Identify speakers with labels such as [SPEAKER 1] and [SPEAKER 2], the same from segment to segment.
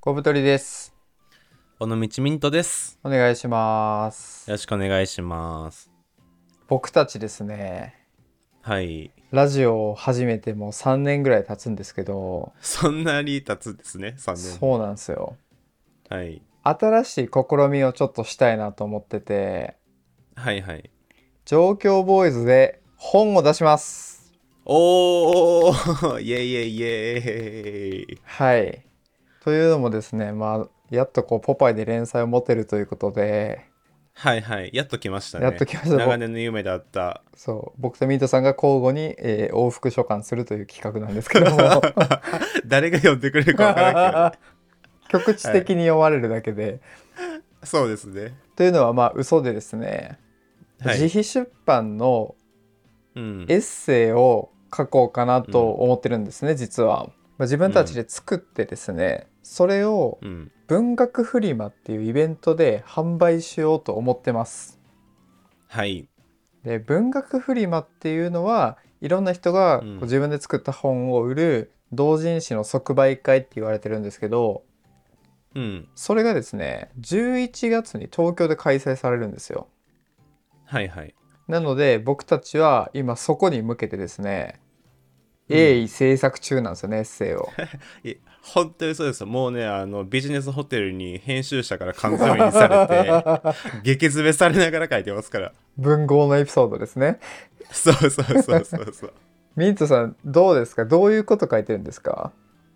[SPEAKER 1] 小太りです。
[SPEAKER 2] 尾道ミントです。
[SPEAKER 1] お願いします。
[SPEAKER 2] よろしくお願いします。
[SPEAKER 1] 僕たちですね、
[SPEAKER 2] はい。
[SPEAKER 1] ラジオを始めてもう3年ぐらい経つんですけど、
[SPEAKER 2] そんなに経つんですね、3年。
[SPEAKER 1] そうなんですよ。
[SPEAKER 2] はい。
[SPEAKER 1] 新しい試みをちょっとしたいなと思ってて、
[SPEAKER 2] はいはい。
[SPEAKER 1] 状況ボーイズで本を出します。
[SPEAKER 2] おー イエイイエイイエイ
[SPEAKER 1] はい。というのもですね、まあ、やっとこう、ポパイで連載を持てるということで、
[SPEAKER 2] はいはい。やっと来ましたね。
[SPEAKER 1] やっと来ました
[SPEAKER 2] 長年の夢だ った。
[SPEAKER 1] そう、僕とミートさんが交互に、えー往復書簡するという企画なんですけ ども、
[SPEAKER 2] 誰が呼んでくれるかわからない け
[SPEAKER 1] 局地的に読まれるだけで、
[SPEAKER 2] ど。そうですね。
[SPEAKER 1] というのはまあ嘘でですね、
[SPEAKER 2] は
[SPEAKER 1] 自
[SPEAKER 2] い。
[SPEAKER 1] 費出版の
[SPEAKER 2] うん
[SPEAKER 1] エッセイを書こうかなと思ってるんですね、実は。まあ自分たちで作ってですね、それを
[SPEAKER 2] うん。
[SPEAKER 1] 文学フリマっていうイベントで販売しようと思ってます。
[SPEAKER 2] はい。
[SPEAKER 1] で文学フリマっていうのはいろんな人がこ
[SPEAKER 2] うん
[SPEAKER 1] う自分で作った本を売る同人誌の即売会って言われてるんですけど
[SPEAKER 2] うん。
[SPEAKER 1] それがですね11月に東京で開催されるんですよ。
[SPEAKER 2] はいはい。
[SPEAKER 1] なので僕たちは今そこに向けてですね
[SPEAKER 2] うん
[SPEAKER 1] 鋭意制作中なんですよね、エッセイ を。
[SPEAKER 2] い本当にそうです。もうね、あの、ビジネスホテルに編集者から缶詰にさ れて、激詰めされながら書いてますから。
[SPEAKER 1] 文豪のエピソードですね。
[SPEAKER 2] そうそうそうそうそう。
[SPEAKER 1] ミントさんどうですかどういうこと書いてるんですか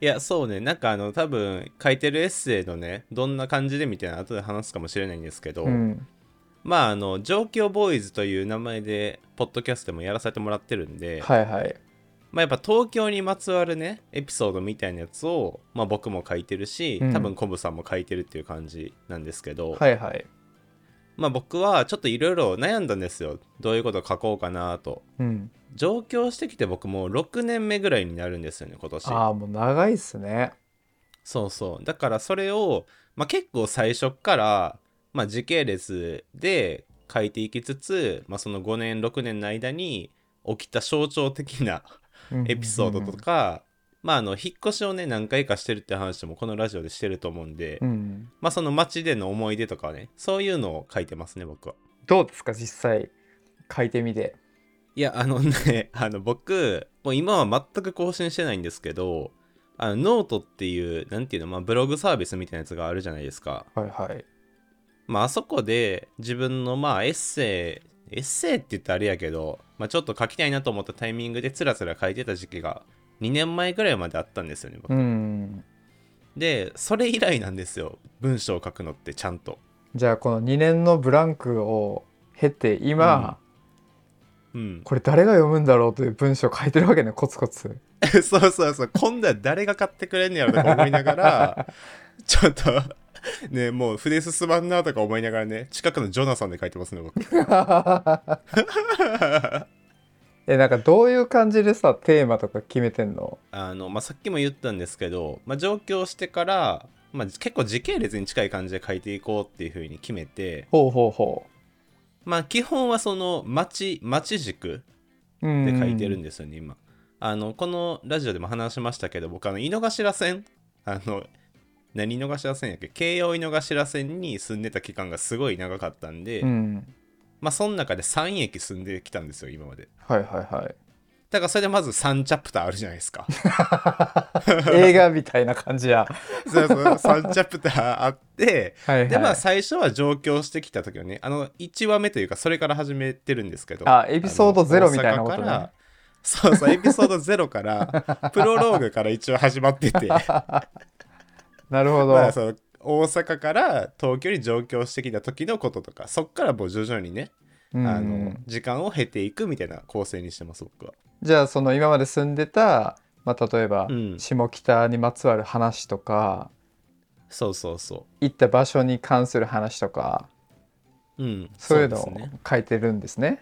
[SPEAKER 2] いやそうねなんかあの多分書いてるエッセイのねどんな感じでみたいな後で話すかもしれないんですけど、
[SPEAKER 1] うん
[SPEAKER 2] まああの「状況ボーイズ」という名前でポッドキャストでもやらせてもらってるんで、
[SPEAKER 1] はいはい。
[SPEAKER 2] まあ、やっぱ東京にまつわるねエピソードみたいなやつを、まあ、僕も書いてるし
[SPEAKER 1] うん
[SPEAKER 2] 多分コブさんも書いてるっていう感じなんですけど、
[SPEAKER 1] はいはい。
[SPEAKER 2] まあ僕はちょっといろいろ悩んだんですよどういうこと書こうかなと
[SPEAKER 1] うん、
[SPEAKER 2] 上京してきて僕もう6年目ぐらいになるんですよね今年
[SPEAKER 1] ああもう長いっすね。
[SPEAKER 2] そうそうだからそれを、まあ、結構最初っから、まあ、時系列で書いていきつつ、まあ、その5年6年の間に起きた象徴的なエピソードとか、まあ、あの引っ越しをね何回かしてるって話もこのラジオでしてると思うんで、
[SPEAKER 1] うんうんうん、うん
[SPEAKER 2] まあ、その街での思い出とかねそういうのを書いてますね僕は。
[SPEAKER 1] どうですか実際書いてみて。
[SPEAKER 2] いやあのね あの僕もう今は全く更新してないんですけどあのノートっていうなんていうの、まあ、ブログサービスみたいなやつがあるじゃないですか。
[SPEAKER 1] はいはい。
[SPEAKER 2] まああそこで自分のまあエッセイエッセイって言ったらあれやけど、まあ、ちょっと書きたいなと思ったタイミングでつらつら書いてた時期が2年前ぐらいまであったんですよね、僕
[SPEAKER 1] うん、
[SPEAKER 2] でそれ以来なんですよ文章を書くのってちゃんと
[SPEAKER 1] じゃあこの2年のブランクを経て今、
[SPEAKER 2] うん
[SPEAKER 1] これ誰が読むんだろうという文章を書いてるわけねコツコツ。
[SPEAKER 2] そうそうそう今度は誰が買ってくれんねやろとか思いながらちょっとねもう筆進まんなとか思いながらね近くのジョナサンで書いてますね僕
[SPEAKER 1] えなんかどういう感じでさテーマとか決めてんの
[SPEAKER 2] あの、まあ、さっきも言ったんですけど、まあ、上京してから、まあ、結構時系列に近い感じで書いていこうっていう風に決めて、
[SPEAKER 1] ほうほうほ
[SPEAKER 2] まあ、基本はその町町軸
[SPEAKER 1] ううん
[SPEAKER 2] で書いてるんですよね、今あのこのラジオでも話しましたけど僕あの井の頭線あの何井の頭線やっけ京葉井の頭線に住んでた期間がすごい長かったんで、
[SPEAKER 1] うん
[SPEAKER 2] まあその中で3駅住んできたんですよ今まで
[SPEAKER 1] はいはい
[SPEAKER 2] だからそれでまず3チャプターあるじゃないですか
[SPEAKER 1] はい映画みたいな感じや
[SPEAKER 2] そうそう3チャプターあって
[SPEAKER 1] はいはい
[SPEAKER 2] でまあ最初は上京してきた時はねあの1話目というかそれから始めてるんですけど
[SPEAKER 1] あエピソードゼロみたいなこと
[SPEAKER 2] あの
[SPEAKER 1] ね
[SPEAKER 2] 大阪からそうそうエピソードゼロか らプロローグから一応始まってて
[SPEAKER 1] なるほど、
[SPEAKER 2] まあその大阪から東京に上京してきた時のこととかそっからもう徐々にね、
[SPEAKER 1] うん
[SPEAKER 2] あの時間を経ていくみたいな構成にしてます僕は。
[SPEAKER 1] じゃあその今まで住んでた、まあ、例えば、
[SPEAKER 2] うん
[SPEAKER 1] 下北にまつわる話とか
[SPEAKER 2] そうそうそ
[SPEAKER 1] 行った場所に関する話とか
[SPEAKER 2] う。うん、
[SPEAKER 1] そういうの
[SPEAKER 2] です
[SPEAKER 1] を
[SPEAKER 2] ね
[SPEAKER 1] 書いてるんですね。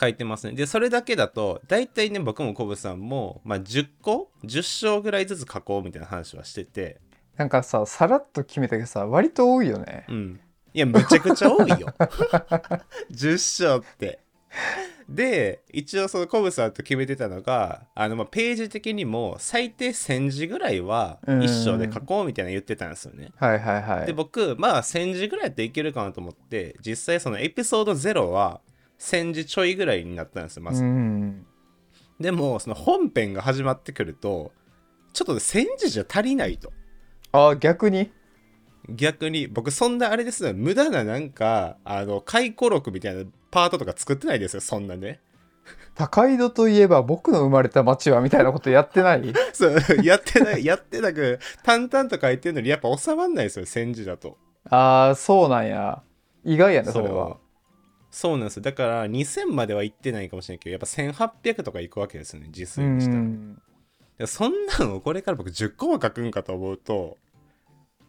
[SPEAKER 2] 書いてますね。で、それだけだと、大体ね、僕もコブさんも、まあ、10個 ?10 章ぐらいずつ書こうみたいな話はしてて、
[SPEAKER 1] なんかささらっと決めたけどさ割と多いよね。
[SPEAKER 2] うん。いや、むちゃくちゃ多いよ。10章って。で一応そのコブさんと決めてたのがあのまあページ的にも最低1,000字ぐらいは一章で書こうみたいな言ってたんですよね。
[SPEAKER 1] はいはいは
[SPEAKER 2] で
[SPEAKER 1] い。
[SPEAKER 2] 僕まあ1,000字ぐらいやっていけるかなと思って実際そのエピソード0は1,000字ちょいぐらいになったんですよまず。
[SPEAKER 1] うん。
[SPEAKER 2] でもその本編が始まってくるとちょっと1,000字じゃ足りないと。
[SPEAKER 1] あ、逆に
[SPEAKER 2] 逆に僕そんなあれですよ無駄ななんかあの回顧録みたいなパートとか作ってないですよそんなね
[SPEAKER 1] 高井戸といえば僕の生まれた町はみたいなことやってない
[SPEAKER 2] そうやっ てないやってなく淡々と書いてるのにやっぱ収まんないですよ戦時だと
[SPEAKER 1] ああ、そうなんや。意外やね、それは。
[SPEAKER 2] そうなんですよだから2000までは行ってないかもしれないけどやっぱ1800とか行くわけですよね実
[SPEAKER 1] う
[SPEAKER 2] 数にしたら
[SPEAKER 1] ん。
[SPEAKER 2] でそんなのこれから僕10個も書くんかと思うと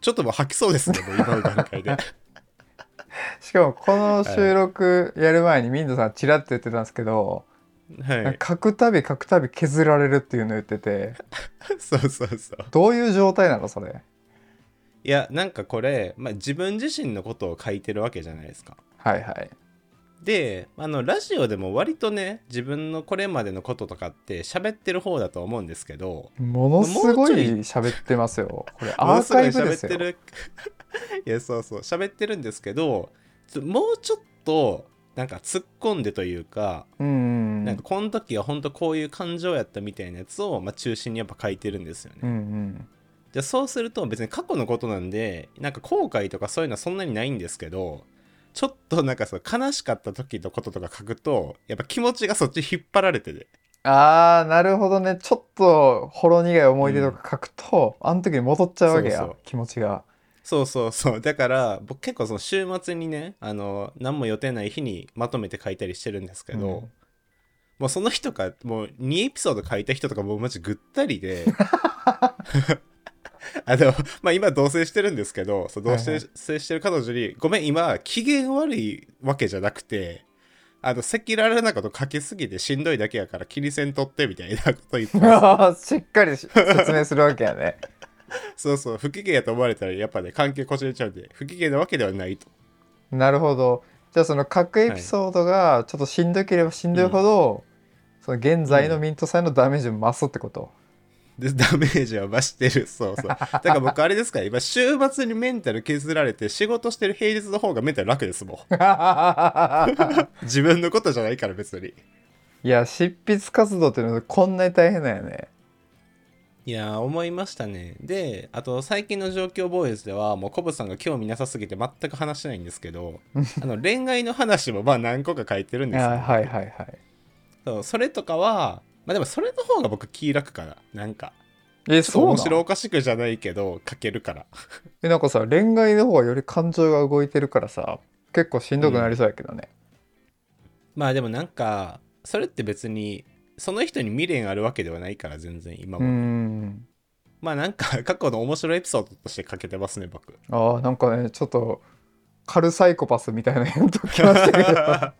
[SPEAKER 2] ちょっともう吐きそうですねもう今の 段階で
[SPEAKER 1] しかもこの収録やる前にミンドさんちらっと言ってたんですけど、
[SPEAKER 2] は
[SPEAKER 1] なん
[SPEAKER 2] い
[SPEAKER 1] か書くたび書くたび削られるっていうの言ってて、
[SPEAKER 2] そうそうそう
[SPEAKER 1] どういう状態なのそれ。
[SPEAKER 2] いやなんかこれ、まあ、自分自身のことを書いてるわけじゃないですか。
[SPEAKER 1] はいはい。
[SPEAKER 2] であのラジオでも割とね自分のこれまでのこととかって喋ってる方だと思うんですけど
[SPEAKER 1] ものすごい
[SPEAKER 2] もうちょい
[SPEAKER 1] 喋ってますよ。これアーカイブです
[SPEAKER 2] もの
[SPEAKER 1] よ。
[SPEAKER 2] ごい喋ってる いやそうそう喋ってるんですけどちょもうちょっとなんか突っ込んでというか、
[SPEAKER 1] うんうんう
[SPEAKER 2] なん
[SPEAKER 1] ん
[SPEAKER 2] かこの時は本当こういう感情やったみたいなやつを、まあ、中心にやっぱ書いてるんですよね。
[SPEAKER 1] うんうん。
[SPEAKER 2] でそうすると別に過去のことなんでなんか後悔とかそういうのはそんなにないんですけどちょっとなんかその悲しかった時のこととか書くとやっぱ気持ちがそっち引っ張られてて
[SPEAKER 1] あーなるほどねちょっとほろ苦い思い出とか書くと、あの時に戻っちゃうわけや
[SPEAKER 2] そうそう
[SPEAKER 1] 気持ちが
[SPEAKER 2] そうそうそうだから僕結構その週末にねあの何も予定ない日にまとめて書いたりしてるんですけど、
[SPEAKER 1] うん
[SPEAKER 2] もうその日とかもう2エピソード書いた人とかもうマジぐったりで あのまあ今同棲してるんですけどそう同
[SPEAKER 1] はいはい
[SPEAKER 2] 棲せしてる彼女に「ごめん今機嫌悪いわけじゃなくてあの赤裸々なこと書きすぎてしんどいだけやから気にせんとって」みたいなこと言ってます
[SPEAKER 1] あーしっかりし説明するわけやね
[SPEAKER 2] そうそう不機嫌やと思われたらやっぱね関係こじれちゃうんで不機嫌なわけではないと。
[SPEAKER 1] なるほどじゃあその書くエピソードがちょっとしんどければしんどいほど、その現在のミントさんへのダメージも増すって こと、
[SPEAKER 2] でダメージは増してるそうそうだから僕あれですから今週末にメンタル削られて仕事してる平日の方がメンタル楽ですもん自分のことじゃないから別に
[SPEAKER 1] いや執筆活動っていうのはこんなに大変なんやね
[SPEAKER 2] いやー思いましたねであと最近の状況ボーイズではもうコブさんが興味なさすぎて全く話してないんですけ どあの恋愛の話もまあ何個か書いてるん
[SPEAKER 1] あ
[SPEAKER 2] ですよ、
[SPEAKER 1] ーはいはいはい
[SPEAKER 2] そうそれとかはまあでもそれの方が僕気楽かななんか
[SPEAKER 1] え
[SPEAKER 2] ちょっと
[SPEAKER 1] そう
[SPEAKER 2] 面
[SPEAKER 1] な
[SPEAKER 2] 白
[SPEAKER 1] の
[SPEAKER 2] おかしくじゃないけど書けるから
[SPEAKER 1] えなんかさ恋愛の方がより感情が動いてるからさ結構しんどくなりそうやけどね、
[SPEAKER 2] まあでもなんかそれって別にその人に未練あるわけではないから全然今
[SPEAKER 1] う
[SPEAKER 2] も、
[SPEAKER 1] ん
[SPEAKER 2] まあなんか過去の面白いエピソードとして書けてますね僕
[SPEAKER 1] ああなんかねちょっとカルサイコパスみたいな返答きましたけど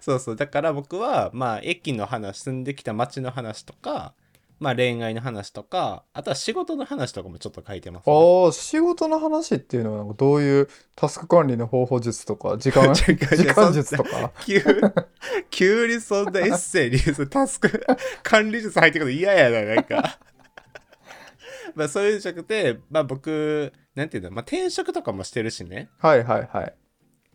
[SPEAKER 2] そうそうだから僕はまあ駅の話住んできた街の話とかまあ恋愛の話とかあとは仕事の話とかもちょっと書いてます、ね、
[SPEAKER 1] ああ仕事の話っていうのはなんかどういうタスク管理の方法術と か時間
[SPEAKER 2] 違う違
[SPEAKER 1] 時
[SPEAKER 2] う
[SPEAKER 1] 間術とか
[SPEAKER 2] 急急にそんなエッセイにそのタスク 管理術入ってくるの嫌やななんか まあそういうんじゃなくてまあ僕なんていうの、まあ、転職とかもしてるしね
[SPEAKER 1] はいはいはい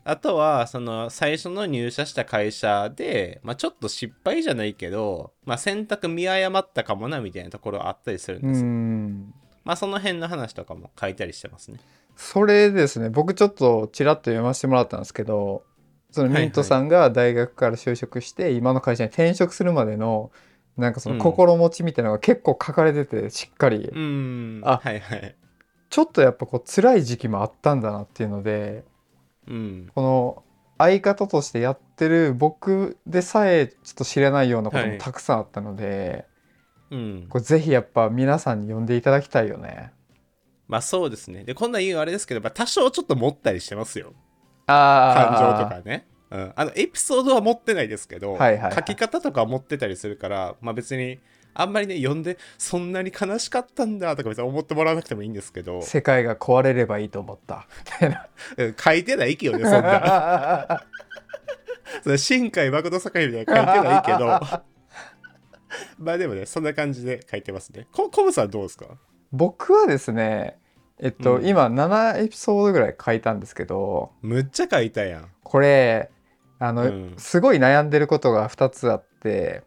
[SPEAKER 2] あとはその最初の入社した会社で、まあ、ちょっと失敗じゃないけど、まあ、選択見誤ったかもなみたいなところあったりするん
[SPEAKER 1] う
[SPEAKER 2] ですよ、
[SPEAKER 1] ん
[SPEAKER 2] まあその辺の話とかも書いたりしてますね
[SPEAKER 1] それですね僕ちょっとちらっと読ませてもらったんですけどそのミントさんが大学から就職して今の会社に転職するまでのなんかその心持ちみたいなのが結構書かれててしっかり
[SPEAKER 2] うーん
[SPEAKER 1] あ
[SPEAKER 2] はいはい
[SPEAKER 1] ちょっとやっぱこう辛い時期もあったんだなっていうので
[SPEAKER 2] うん
[SPEAKER 1] この相方としてやってる僕でさえちょっと知らないようなこともたくさんあったので、
[SPEAKER 2] うん
[SPEAKER 1] これぜひやっぱ皆さんに呼んでいただきたいよね。
[SPEAKER 2] まあそうですねでこんなん言うのあれですけど、まあ、多少ちょっと持ったりしてますよ感
[SPEAKER 1] あ
[SPEAKER 2] 情とかね、うん、あのエピソードは持ってないですけど、
[SPEAKER 1] はいはいはい
[SPEAKER 2] 書き方とかは持ってたりするから、まあ、別にあんまりね読んでそんなに悲しかったんだとか別に思ってもらわなくてもいいんですけど
[SPEAKER 1] 世界が壊れればいいと思ったみたいな。。
[SPEAKER 2] うん書いてないけどねそんなその新海誠作品みたいなの書いてないけど まあでもねそんな感じで書いてますねこコブさんどうですか
[SPEAKER 1] 僕はですねえっと、
[SPEAKER 2] うん
[SPEAKER 1] 今7エピソードぐらい書いたんですけど
[SPEAKER 2] むっちゃ書いたやん
[SPEAKER 1] これあの、
[SPEAKER 2] うん
[SPEAKER 1] すごい悩んでることが2つあって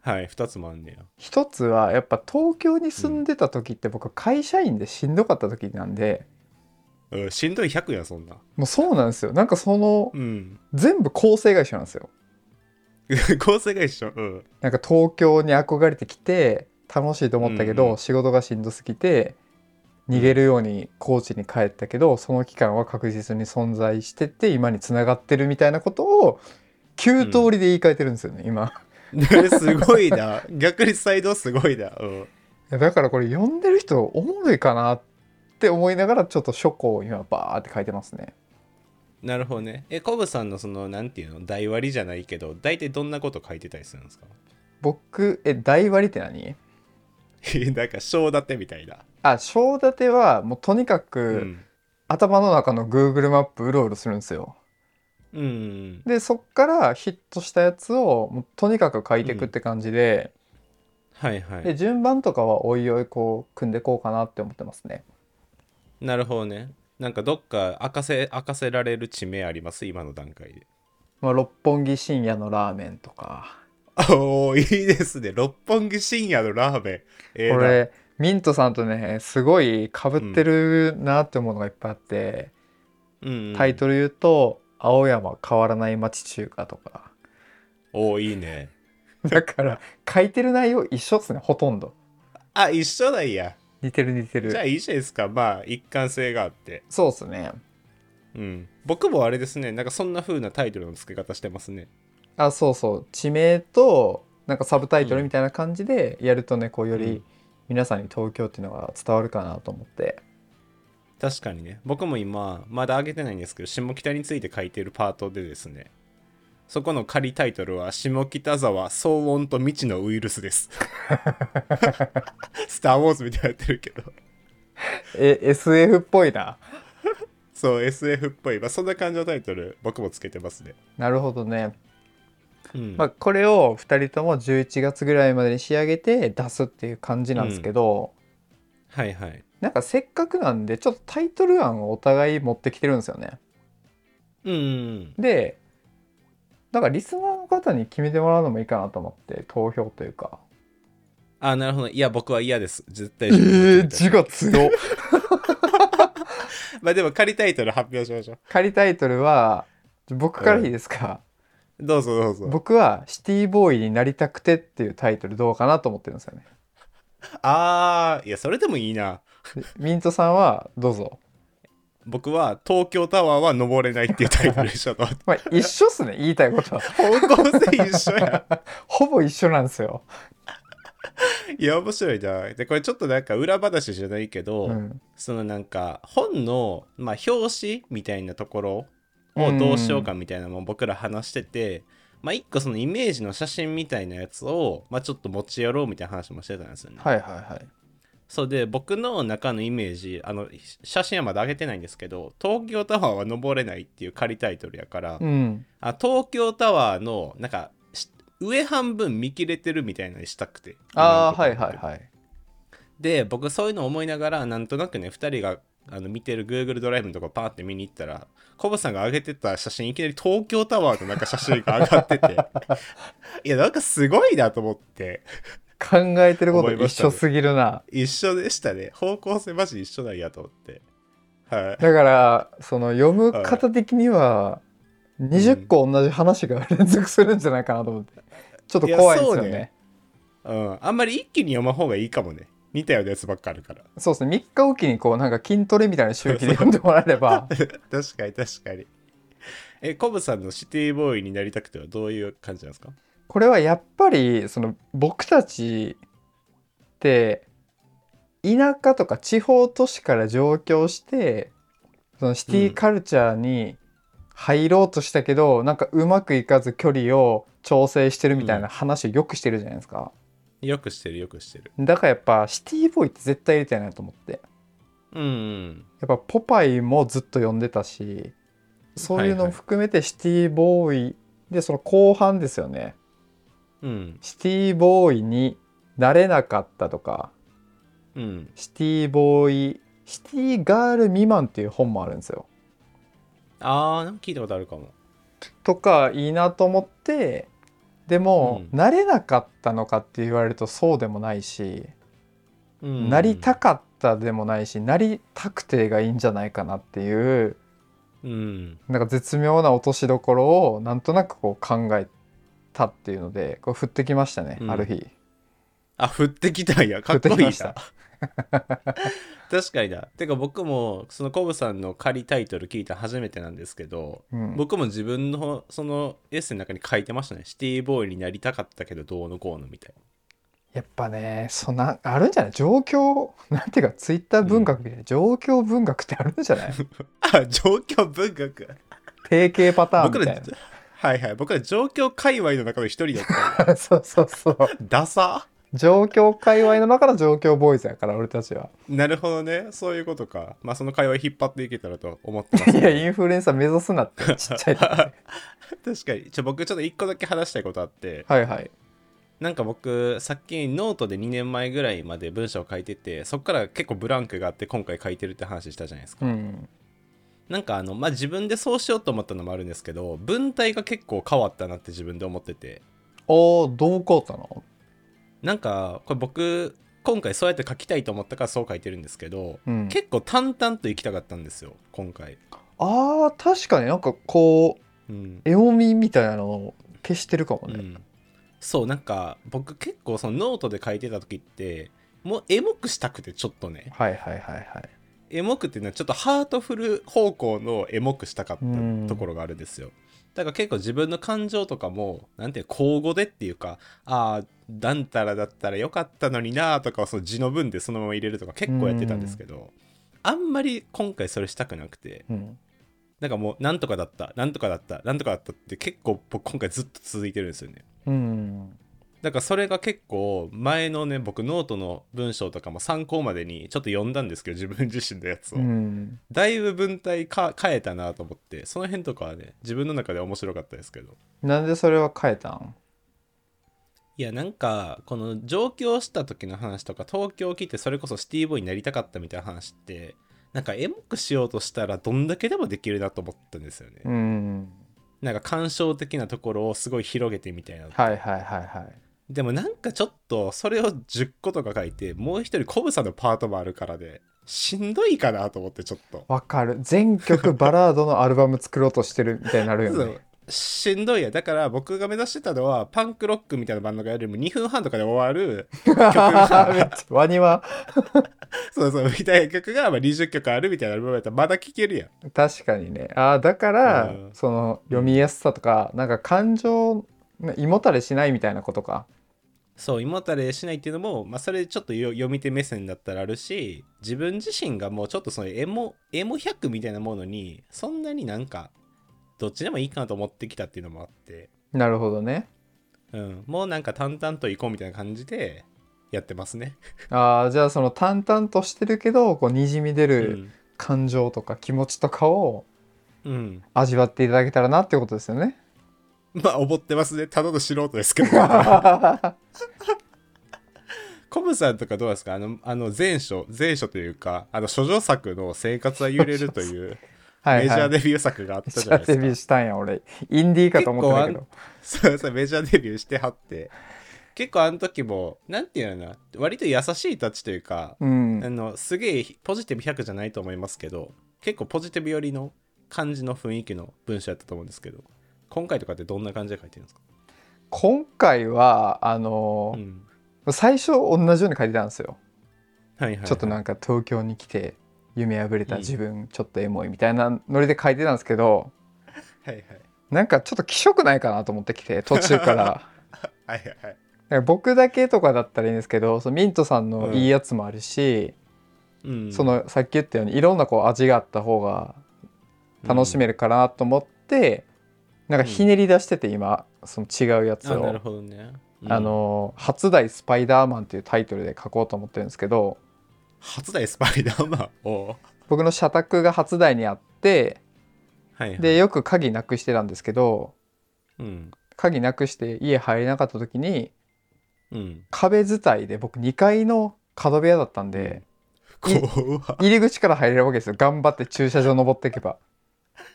[SPEAKER 2] はい2つもあんねや
[SPEAKER 1] 1つはやっぱ東京に住んでた時って僕会社員でしんどかった時なんで、
[SPEAKER 2] うんしんどい100やんそんな
[SPEAKER 1] もうそうなんですよなんかその
[SPEAKER 2] うん
[SPEAKER 1] 全部構成が一緒なんですよ
[SPEAKER 2] 構成が一緒うん
[SPEAKER 1] なんか東京に憧れてきて楽しいと思ったけど、
[SPEAKER 2] うんうん
[SPEAKER 1] 仕事がしんどすぎて逃げるように高知に帰ったけどその期間は確実に存在してて今に繋がってるみたいなことを9通りで言い換えてるんですよね、今
[SPEAKER 2] すごいな逆にサイドすごいなうん
[SPEAKER 1] いやだからこれ読んでる人おもろいかなって思いながらちょっと書庫を今バーって書いてますね
[SPEAKER 2] なるほどねえコブさんのそのなんていうの台割りじゃないけど大体どんなこと書いてたりするんですか
[SPEAKER 1] 僕え台割りって何
[SPEAKER 2] なんか章立てみたいな
[SPEAKER 1] あ章立てはもうとにかく、
[SPEAKER 2] うん
[SPEAKER 1] 頭の中の Google マップうろうろするんですよ
[SPEAKER 2] うん
[SPEAKER 1] でそっからヒットしたやつをもうとにかく書いていくって感じで,、
[SPEAKER 2] はいは
[SPEAKER 1] で
[SPEAKER 2] い
[SPEAKER 1] 順番とかはおいおいこう組んでこうかなって思ってますね
[SPEAKER 2] なるほどねなんかどっか明かせ明かせられる地名あります今の段階で
[SPEAKER 1] まあ、六本木深夜のラーメンとか
[SPEAKER 2] おおいいですね六本木深夜のラーメンええ
[SPEAKER 1] こ
[SPEAKER 2] な
[SPEAKER 1] れミントさんとねすごいかぶってるなって思うのがいっぱいあって、
[SPEAKER 2] うん
[SPEAKER 1] タイトル言うと「青山変わらない町中華」とか
[SPEAKER 2] おおいいね
[SPEAKER 1] だから 書いてる内容一緒っすねほとんど
[SPEAKER 2] あ一緒だいや
[SPEAKER 1] 似てる似て
[SPEAKER 2] じゃあ
[SPEAKER 1] る
[SPEAKER 2] いいじゃないですかまあ一貫性があって
[SPEAKER 1] そうっすね
[SPEAKER 2] うん僕もあれですねなんかそんな風なタイトルの付け方してますね
[SPEAKER 1] あそうそう地名となんかサブタイトルみたいな感じでやるとね、こうよ
[SPEAKER 2] う
[SPEAKER 1] り
[SPEAKER 2] ん
[SPEAKER 1] 皆さんに東京っていうのが伝わるかなと思って
[SPEAKER 2] 確かにね僕も今まだ上げてないんですけど下北について書いてるパートでですねそこの仮タイトルは「下北沢騒音と未知のウイル ス」です「スター・ウォーズ」みたいになってるけど
[SPEAKER 1] え SF っぽいな
[SPEAKER 2] そう SF っぽい、まあ、そんな感じのタイトル僕もつけてますね、
[SPEAKER 1] なるほどね、
[SPEAKER 2] うん
[SPEAKER 1] まあ、これを2人とも11月ぐらいまでに仕上げて出すっていう感じなんですけど、
[SPEAKER 2] はいはい
[SPEAKER 1] なんかせっかくなんでちょっとタイトル案をお互い持ってきてるんですよね
[SPEAKER 2] うん
[SPEAKER 1] でだからリスナーの方に決めてもらうのもいいかなと思って投票というか
[SPEAKER 2] あなるほどいや僕は嫌です絶対
[SPEAKER 1] え
[SPEAKER 2] 自分で決め
[SPEAKER 1] が強
[SPEAKER 2] たいまあでも仮タイトル発表しましょう
[SPEAKER 1] 仮タイトルは僕からいいですか、
[SPEAKER 2] どうぞどうぞ
[SPEAKER 1] 僕は「シティボーイになりたくて」っていうタイトルどうかなと思ってるんですよね。
[SPEAKER 2] あーいやそれでもいいな
[SPEAKER 1] でミントさんはどうぞ。
[SPEAKER 2] 僕は東京タワーは登れないっていうタイトルでしょと 思って
[SPEAKER 1] まあ一緒っすね言いたい ことは。
[SPEAKER 2] 方向性一緒や
[SPEAKER 1] ほぼ一緒なんですよ。
[SPEAKER 2] いや面白いなでこれちょっとなんか裏話じゃないけど、
[SPEAKER 1] うん、
[SPEAKER 2] そのなんか本の、まあ、表紙みたいなところをどうしようかみたいなのも僕ら話してて、まあ一個そのイメージの写真みたいなやつを、まあ、ちょっと持ち寄ろうみたいな話もしてたんですよね。
[SPEAKER 1] はいはいはい。
[SPEAKER 2] そうで僕の中のイメージあの写真はまだ上げてないんですけど「東京タワーは登れない」っていう仮タイトルやから、
[SPEAKER 1] うん、
[SPEAKER 2] あ東京タワーのなんかし上半分見切れてるみたいなのにしたくて
[SPEAKER 1] ああはい
[SPEAKER 2] 今のところ
[SPEAKER 1] はいはい。
[SPEAKER 2] で僕そういうの思いながらなんとなくね2人があの見てる Google ドライブのとこパーって見に行ったらコブさんが上げてた写真いきなり東京タワーのなんか写真が上がっ てていやなんかすごいなと思って
[SPEAKER 1] 考えてること
[SPEAKER 2] 思いま
[SPEAKER 1] 一
[SPEAKER 2] したね
[SPEAKER 1] 緒すぎるな。
[SPEAKER 2] 一緒でしたね方向性マジ一緒なんやと思ってはい
[SPEAKER 1] だからその読む方的には20個同じ話が連続するんじゃないかなと思って。ちょっと怖いですよ
[SPEAKER 2] いやそ
[SPEAKER 1] ね
[SPEAKER 2] うね。うん、あんまり一気に読まん方がいいかもね似たようなやつばっかあるから
[SPEAKER 1] そうですね3日おきにこうなんか筋トレみたいな周期で読んでもらえれば。
[SPEAKER 2] 確かに確かにえコブさんのシティボーイになりたくてはどういう感じなんですか
[SPEAKER 1] これはやっぱりその僕たちって田舎とか地方都市から上京してそのシティカルチャーに入ろうとしたけど、なんかうまくいかず距離を調整してるみたいな話をよくしてるじゃないですか、
[SPEAKER 2] よくしてるよくしてる
[SPEAKER 1] だからやっぱシティボーイって絶対入れたいなと思って
[SPEAKER 2] うん、うん、
[SPEAKER 1] やっぱ「ポパイ」もずっと読んでたしそういうの
[SPEAKER 2] はいは
[SPEAKER 1] も
[SPEAKER 2] い
[SPEAKER 1] 含めてシティボーイでその後半ですよね
[SPEAKER 2] うん
[SPEAKER 1] シティボーイになれなかったとか
[SPEAKER 2] うん
[SPEAKER 1] シティボーイシティガール未満っていう本もあるんですよ。
[SPEAKER 2] あーなんか聞いたことあるかも
[SPEAKER 1] とかいいなと思ってでも、
[SPEAKER 2] うん
[SPEAKER 1] なれなかったのかって言われるとそうでもないし、
[SPEAKER 2] うん
[SPEAKER 1] なりたかったでもないしなりたくてがいいんじゃないかなっていう
[SPEAKER 2] うん
[SPEAKER 1] なんか絶妙な落としどころをなんとなくこう考えたっていうのでこう振ってきましたね、
[SPEAKER 2] うん
[SPEAKER 1] ある日。
[SPEAKER 2] あ降ってきたんやかっこ
[SPEAKER 1] 降って
[SPEAKER 2] い
[SPEAKER 1] き
[SPEAKER 2] い
[SPEAKER 1] ま
[SPEAKER 2] な
[SPEAKER 1] した
[SPEAKER 2] 確かにだてか僕もそのコブさんの仮タイトル聞いたの初めてなんですけど
[SPEAKER 1] うん、
[SPEAKER 2] 僕も自分のそのエッセイの中に書いてましたねシティボーイになりたかったけどどうのこうのみたい
[SPEAKER 1] やっぱねそんなあるんじゃない状況 なんていうかツイッター文学みたいな、状況文学ってあるんじゃ ない
[SPEAKER 2] なあ状況文学
[SPEAKER 1] 定型パターン
[SPEAKER 2] 僕
[SPEAKER 1] みた
[SPEAKER 2] ら
[SPEAKER 1] い
[SPEAKER 2] はいはい僕ら状況界隈の中の一人だっ た
[SPEAKER 1] なそうそうそう
[SPEAKER 2] ダサ
[SPEAKER 1] 状況界隈の中の状況ボーイズやから俺たちは
[SPEAKER 2] なるほどねそういうことかまあその界隈引っ張っていけたらと思ってます
[SPEAKER 1] いやインフルエンサー目指すなってちっちゃい
[SPEAKER 2] 確かにちょ僕ちょっと一個だけ話したいことあって
[SPEAKER 1] はいはい
[SPEAKER 2] なんか僕さっきノートで2年前ぐらいまで文章を書いててそっから結構ブランクがあって今回書いてるって話したじゃないですか、
[SPEAKER 1] うん
[SPEAKER 2] なんかあのまあ自分でそうしようと思ったのもあるんですけど文体が結構変わったなって自分で思ってて
[SPEAKER 1] おーどうこうたの
[SPEAKER 2] なんかこれ僕今回そうやって書きたいと思ったからそう書いてるんですけど、
[SPEAKER 1] うん
[SPEAKER 2] 結構淡々と行きたかったんですよ今回、
[SPEAKER 1] あー確かになんかこう
[SPEAKER 2] うん
[SPEAKER 1] 絵読みみたいなのを消してるかも
[SPEAKER 2] う
[SPEAKER 1] ね、
[SPEAKER 2] ん、そうなんか僕結構そのノートで書いてた時ってもうエモくしたくてちょっとね
[SPEAKER 1] はいはいはいはい
[SPEAKER 2] エモくっていうのはちょっとハートフル方向のエモくしたかっ
[SPEAKER 1] うん
[SPEAKER 2] たところがあるんですよ、だから結構自分の感情とかもなんていうの口語でっていうかああだんたらだったらよかったのになーとかをその字の文でそのまま入れるとか結構やってたんですけど、あんまり今回それしたくなくて
[SPEAKER 1] うん
[SPEAKER 2] なんかもうなんとかだったなんとかだったなんとかだったって結構僕今回ずっと続いてるんですよね
[SPEAKER 1] うん
[SPEAKER 2] だからそれが結構前のね僕ノートの文章とかも参考までにちょっと読んだんですけど自分自身のやつを、
[SPEAKER 1] うん
[SPEAKER 2] だいぶ文体か変えたなと思ってその辺とかはね自分の中では面白かったですけど
[SPEAKER 1] なんでそれは変えたん
[SPEAKER 2] いやなんかこの上京した時の話とか東京来てそれこそシティボーイになりたかったみたいな話ってなんかエモくしようとしたらどんだけでもできるなと思ったんですよね、
[SPEAKER 1] うん
[SPEAKER 2] なんか感傷的なところをすごい広げてみたいな
[SPEAKER 1] はいはいはいはい
[SPEAKER 2] でもなんかちょっとそれを10個とか書いてもう一人コブさんのパートもあるからでしんどいかなと思ってちょっと、
[SPEAKER 1] わかる全曲バラードのアルバム作ろうとしてるみたいになるよ
[SPEAKER 2] そ
[SPEAKER 1] ね
[SPEAKER 2] うしんどいやだから僕が目指してたのはパンクロックみたいなバンドがやるよりも2分半とかで終わる
[SPEAKER 1] めっち
[SPEAKER 2] が
[SPEAKER 1] ゃワニは
[SPEAKER 2] そうそうみたいな曲がまあ20曲あるみたいなアルバムやったらまだ聴けるやん
[SPEAKER 1] 確かにねあーだから、
[SPEAKER 2] うん
[SPEAKER 1] その読みやすさとかなんか感情ね胃もたれしないみたいなことか
[SPEAKER 2] そう胃もたれしないっていうのも、まあ、それちょっとよ読み手目線だったらあるし自分自身がもうちょっとそのエモエモ100みたいなものにそんなになんかどっちでもいいかなと思ってきたっていうのもあって
[SPEAKER 1] なるほどね
[SPEAKER 2] うん、もうなんか淡々と行こうみたいな感じでやってますね。
[SPEAKER 1] あーじゃあその淡々としてるけどこうにじみ出る感情とか気持ちとかを
[SPEAKER 2] うん、うん
[SPEAKER 1] 味わっていただけたらなってことですよね
[SPEAKER 2] まあ、おぼってますね。ただの素人ですけ ど。コブさんとかどうですかあの、あの前書、前書というか、あの、諸女作の生活は揺れると いう
[SPEAKER 1] はい、
[SPEAKER 2] メジャ
[SPEAKER 1] は
[SPEAKER 2] ー
[SPEAKER 1] い、
[SPEAKER 2] デビュー作があっ
[SPEAKER 1] メ
[SPEAKER 2] た
[SPEAKER 1] ジ
[SPEAKER 2] じ
[SPEAKER 1] ャ
[SPEAKER 2] ゃない
[SPEAKER 1] ーデビュ
[SPEAKER 2] で
[SPEAKER 1] ー
[SPEAKER 2] すか。
[SPEAKER 1] したんや俺インディーかと思ってたけど
[SPEAKER 2] そうそう、メジャーデビューしてはって。結構あの時も、なんていうのかな、割と優しいタッチというか、
[SPEAKER 1] うん
[SPEAKER 2] あのすげえポジティブ100じゃないと思いますけど結構ポジティブ寄りの感じの雰囲気の文章やったと思うんですけど今回とかってどんな感じで書いてるんですか、
[SPEAKER 1] 今回はあの
[SPEAKER 2] う
[SPEAKER 1] ー
[SPEAKER 2] ん
[SPEAKER 1] 最初同じように書いてたんですよ
[SPEAKER 2] はいはいはい、
[SPEAKER 1] ちょっとなんか東京に来て夢破れた自分ちょっとエモいみたいなノリで書いてたんですけど
[SPEAKER 2] はいはい
[SPEAKER 1] なんかちょっと気色ないかなと思ってき て途中から
[SPEAKER 2] はいはいはい
[SPEAKER 1] なんか僕だけとかだったらいいんですけどそのミントさんのいいやつもあるし、
[SPEAKER 2] うん
[SPEAKER 1] そのさっき言ったようにいろんなこう味があった方が楽しめるかなと思って、なんかひねり出してて今その違うやつ
[SPEAKER 2] あなる
[SPEAKER 1] を。
[SPEAKER 2] ほどね、うん
[SPEAKER 1] あの初代スパイダーマンっていうタイトルで書こうと思ってるんですけど
[SPEAKER 2] 初代スパイダーマンを
[SPEAKER 1] 僕の社宅が初代にあって
[SPEAKER 2] はいはい
[SPEAKER 1] でよく鍵なくしてたんですけど
[SPEAKER 2] うん
[SPEAKER 1] 鍵なくして家入れなかった時に
[SPEAKER 2] うん
[SPEAKER 1] 壁伝いで僕2階の角部屋だったんで、い
[SPEAKER 2] 怖は
[SPEAKER 1] 入り口から入れるわけですよ頑張って駐車場登っていけば。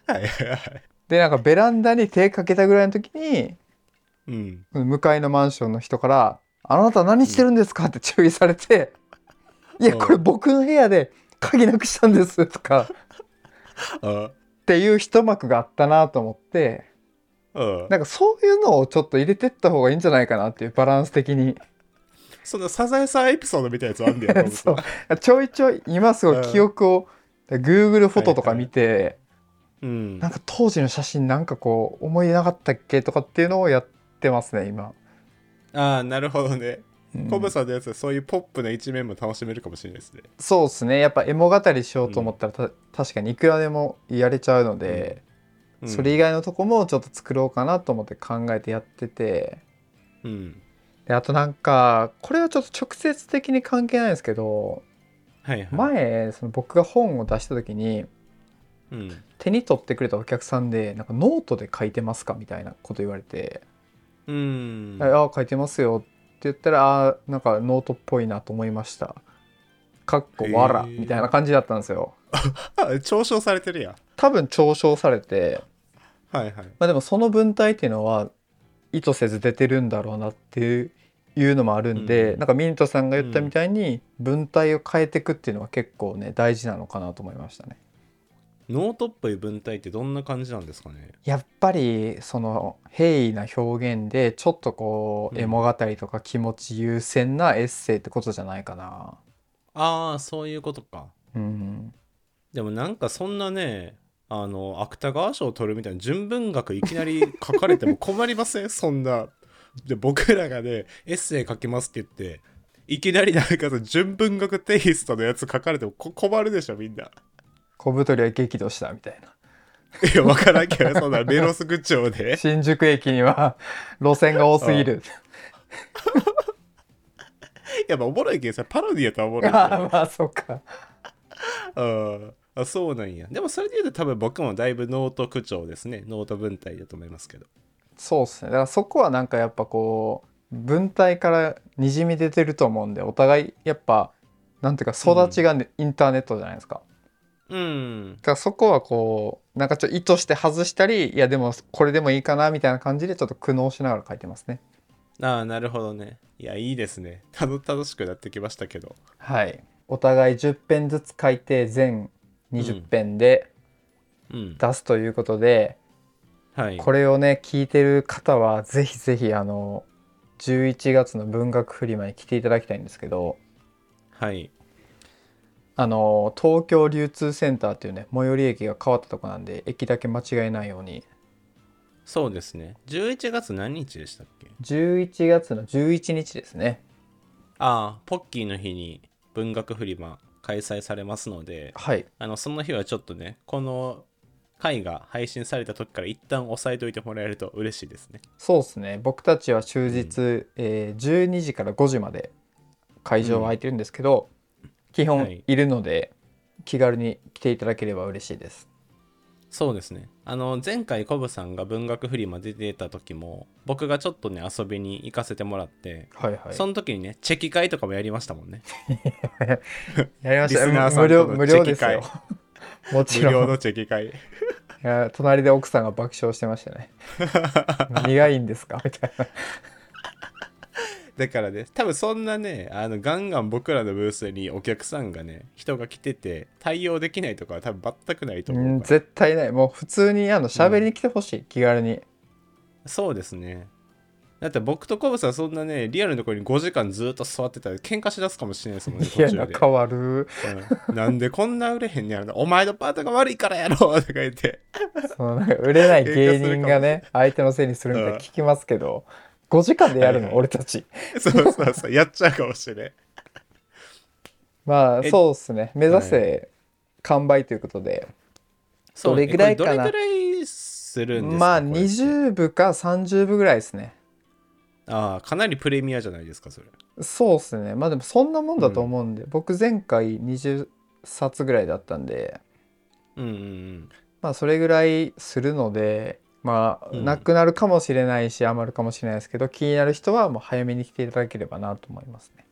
[SPEAKER 2] いはいはい
[SPEAKER 1] でなんかベランダに手かけたぐらいの時に
[SPEAKER 2] うん
[SPEAKER 1] 向かいのマンションの人から「あなた何してるんですか?」って 注意されて「いや
[SPEAKER 2] うん
[SPEAKER 1] これ僕の部屋で鍵なくしたんです」とかっ
[SPEAKER 2] あ
[SPEAKER 1] ていう一幕があったなと思って
[SPEAKER 2] うん
[SPEAKER 1] なんかそういうのをちょっと入れてった方がいいんじゃないかなっていうバランス的に
[SPEAKER 2] そのサザエさんエピソードみたいなやつあんだよな
[SPEAKER 1] そうちょいちょい今すごい記憶を Google フォトとか見て
[SPEAKER 2] うん
[SPEAKER 1] なんか当時の写真なんかこう思い出なかったっけとかっていうのをやってますね今。
[SPEAKER 2] ああなるほどね
[SPEAKER 1] うん
[SPEAKER 2] コブさんのやつはそういうポップな一面も楽しめるかもしれないですね
[SPEAKER 1] そうですねやっぱエモ語りしようと思ったらた、確かにいくらでもやれちゃうので、
[SPEAKER 2] うん
[SPEAKER 1] それ以外のとこもちょっと作ろうかなと思って考えてやってて
[SPEAKER 2] うん
[SPEAKER 1] であとなんかこれはちょっと直接的に関係ないんですけど
[SPEAKER 2] はいはい
[SPEAKER 1] 前その僕が本を出した時に
[SPEAKER 2] うん
[SPEAKER 1] 手に取ってくれたお客さんで「なんかノートで書いてますか?」みたいなこと言われて
[SPEAKER 2] うん
[SPEAKER 1] 「ああ書いてますよ」って言ったら「あーなんかノートっぽいなと思いました」「かっこわら」
[SPEAKER 2] へー
[SPEAKER 1] みたいな感じだったんですよ。
[SPEAKER 2] あ嘲笑されてるやん
[SPEAKER 1] 多分嘲笑されて
[SPEAKER 2] はいはい
[SPEAKER 1] まあでもその文体っていうのは意図せず出てるんだろうなっていういうのもあるんで、
[SPEAKER 2] うん
[SPEAKER 1] なんかミントさんが言ったみたいに文体を変えていくっていうのは結構ね大事なのかなと思いましたね。
[SPEAKER 2] ノートっぽい文体ってどんな感じなんですかね
[SPEAKER 1] やっぱりその平易な表現でちょっとこう
[SPEAKER 2] うん
[SPEAKER 1] エモ語りとか気持ち優先なエッセイってことじゃないかな。
[SPEAKER 2] ああそういうことか
[SPEAKER 1] うん、
[SPEAKER 2] でもなんかそんなねあの芥川賞を取るみたいな純文学いきなり書かれても困りませ んそんなで僕らがねエッセイ書きますって言っていきなりなんかさ純文学テイストのやつ書かれてもこ困るでしょみんな
[SPEAKER 1] 小太りは激怒したみたいな。
[SPEAKER 2] いや分からんけどそんなメロス口調で
[SPEAKER 1] 新宿駅には 路線が多すぎる。
[SPEAKER 2] やっぱおもろいけどさパロディやとはおもろいけど
[SPEAKER 1] ああまあそうか。
[SPEAKER 2] ああそうなんやでもそれで言うと多分僕もだいぶノート口調ですねノート文体だと思いますけど
[SPEAKER 1] そうですねだからそこはなんかやっぱこう文体からにじみ出てると思うんでお互いやっぱなんていうか育ちがね、インターネットじゃないですか。
[SPEAKER 2] うん
[SPEAKER 1] だからそこはこうなんかちょっと意図して外したりいやでもこれでもいいかなみたいな感じでちょっと苦悩しながら書いてますね。
[SPEAKER 2] ああなるほどねいやいいですねたの楽しくなってきましたけど
[SPEAKER 1] はい、お互い10編ずつ書いて全20編で
[SPEAKER 2] うん
[SPEAKER 1] 出すということで、
[SPEAKER 2] はい
[SPEAKER 1] これをね聞いてる方はぜひぜひあの11月の文学フリマに来ていただきたいんですけど。
[SPEAKER 2] はい
[SPEAKER 1] あの東京流通センターっていうね最寄り駅が変わったとこなんで駅だけ間違えないように
[SPEAKER 2] そうですね11月何日でしたっけ
[SPEAKER 1] 11月の11日ですね
[SPEAKER 2] ああポッキーの日に文学フリマ開催されますので
[SPEAKER 1] はい
[SPEAKER 2] あのその日はちょっとねこの回が配信された時から一旦押さえといてもらえると嬉しいですね
[SPEAKER 1] そうですね僕たちは終日、えー12時から5時まで会場は空いてるんですけど、基
[SPEAKER 2] は
[SPEAKER 1] 本
[SPEAKER 2] い
[SPEAKER 1] いるので、気軽に来ていただければ嬉しいです
[SPEAKER 2] そうですねあの前回コブさんが文学フリマ出てた時も僕がちょっとね遊びに行かせてもらって、
[SPEAKER 1] はいはい
[SPEAKER 2] その時にねチェキ会とかもやりましたもんね
[SPEAKER 1] やりました
[SPEAKER 2] リスナーさ
[SPEAKER 1] 無
[SPEAKER 2] ん
[SPEAKER 1] 料
[SPEAKER 2] との
[SPEAKER 1] 無料ですよ
[SPEAKER 2] チ
[SPEAKER 1] もち ろ
[SPEAKER 2] 無料
[SPEAKER 1] んい
[SPEAKER 2] のチェキ会
[SPEAKER 1] や隣で奥さんが爆笑してましたね苦いんですかみたいな
[SPEAKER 2] だからね多分そんなねあのガンガン僕らのブースにお客さんがね人が来てて対応できないとかは多分全くないと
[SPEAKER 1] う
[SPEAKER 2] 思
[SPEAKER 1] ん
[SPEAKER 2] うから
[SPEAKER 1] 絶対ないもう普通にあの喋りに来てほしい、気軽に
[SPEAKER 2] そうですねだって僕とコブさんそんなねリアルのところに5時間ずっと座ってたら喧嘩しだすかもしれないですもんね
[SPEAKER 1] いや
[SPEAKER 2] 途中で
[SPEAKER 1] 仲悪
[SPEAKER 2] うんなんでこんな売れへんねやろなお前のパートが悪いからやろとか言って
[SPEAKER 1] そのなんか売れない芸人がね相手のせいにするみたいな聞きますけど、5時間でやる
[SPEAKER 2] は
[SPEAKER 1] の
[SPEAKER 2] いはい
[SPEAKER 1] 俺たち
[SPEAKER 2] そうそうそう、やっちゃうかもしれん。
[SPEAKER 1] まあ
[SPEAKER 2] え
[SPEAKER 1] そうですね目指せ完売ということで、どれぐらいかな
[SPEAKER 2] えこれどれぐらいするんですか
[SPEAKER 1] まあ
[SPEAKER 2] これ
[SPEAKER 1] 20部か30部ぐらいですね
[SPEAKER 2] ああ、かなりプレミアじゃないですか、それ。
[SPEAKER 1] そうですねまあでもそんなもんだと思うんで、僕前回20冊ぐらいだったんで
[SPEAKER 2] うんうんうん。
[SPEAKER 1] まあそれぐらいするのでまあ、
[SPEAKER 2] うん
[SPEAKER 1] なくなるかもしれないし余るかもしれないですけど気になる人はもう早めに来ていただければなと思いますね。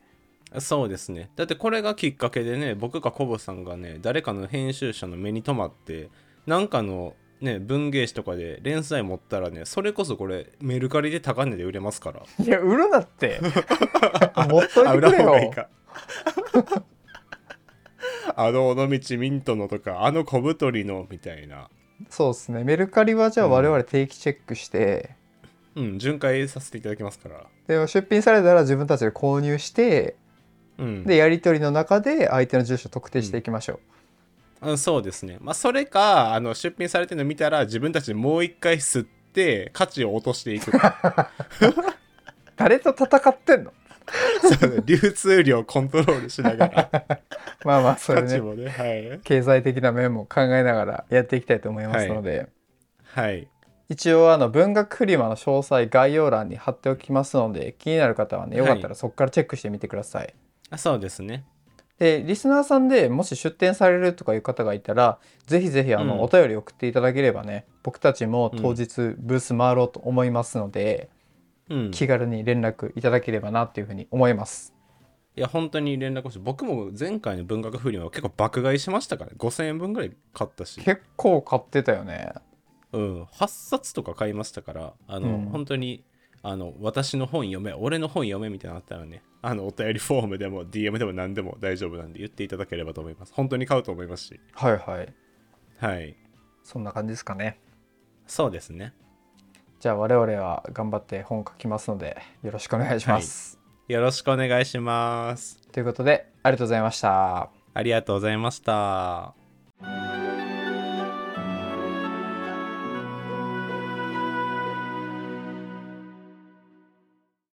[SPEAKER 2] そうですねだってこれがきっかけでね僕かコボさんがね誰かの編集者の目に留まってなんかのね文芸誌とかで連載持ったらねそれこそこれメルカリで高値で売れますから
[SPEAKER 1] いや売るなって 持っとい
[SPEAKER 2] あ
[SPEAKER 1] てく
[SPEAKER 2] 売らん
[SPEAKER 1] れ
[SPEAKER 2] 方がいい
[SPEAKER 1] よ。
[SPEAKER 2] かあの尾道ミントのとかあの小太りのみたいな
[SPEAKER 1] そうですねメルカリはじゃあ
[SPEAKER 2] うん
[SPEAKER 1] 我々定期チェックして、
[SPEAKER 2] うん巡回させていただきますから
[SPEAKER 1] で出品されたら自分たちで購入して
[SPEAKER 2] うん
[SPEAKER 1] でやり取りの中で相手の住所を特定していきましょう。
[SPEAKER 2] うん、そうですね。まあ、それか、あの、出品されてるの見たら、自分たちでもう一回吸って、価値を落として いく。
[SPEAKER 1] 誰と戦ってんの
[SPEAKER 2] そうね流通量をコントロールしながら、
[SPEAKER 1] まあまあ それ
[SPEAKER 2] 価値
[SPEAKER 1] ね
[SPEAKER 2] もね、はい。
[SPEAKER 1] 経済的な面も考えながらやっていきたいと思いますので。
[SPEAKER 2] はい。
[SPEAKER 1] 一応あの文学フリマの詳細概要欄に貼っておきますので気になる方はねよかった
[SPEAKER 2] は
[SPEAKER 1] らそこからチェックしてみてください、
[SPEAKER 2] あそうですね。
[SPEAKER 1] でリスナーさんでもし出店されるとかいう方がいたらぜひぜひあの、
[SPEAKER 2] うん
[SPEAKER 1] お便り送っていただければね僕たちも当日ブース回ろうと思いますので、
[SPEAKER 2] うん。い
[SPEAKER 1] 気軽に連絡いただければなというふうに思います
[SPEAKER 2] や、本当に連絡をして、僕も前回の文学風鈴は結構爆買いしましたから、5000円分ぐらい買ったし、
[SPEAKER 1] 結構買ってたよね
[SPEAKER 2] うん、8冊とか買いましたから、あの、
[SPEAKER 1] うん
[SPEAKER 2] 本当に、あの、私の本読め、俺の本読めみたいなのあったらね、あの、お便りフォームでも、DM でも何でも大丈夫なんで言っていただければと思います。本当に買うと思いますし。
[SPEAKER 1] はいはい
[SPEAKER 2] はい。
[SPEAKER 1] そんな感じですかね
[SPEAKER 2] そうですね。
[SPEAKER 1] じゃあ我々は頑張って本書きますのでよろしくお願いします、
[SPEAKER 2] よろしくお願いします。
[SPEAKER 1] ということでありがとうございました
[SPEAKER 2] ありがとうございました。
[SPEAKER 3] 「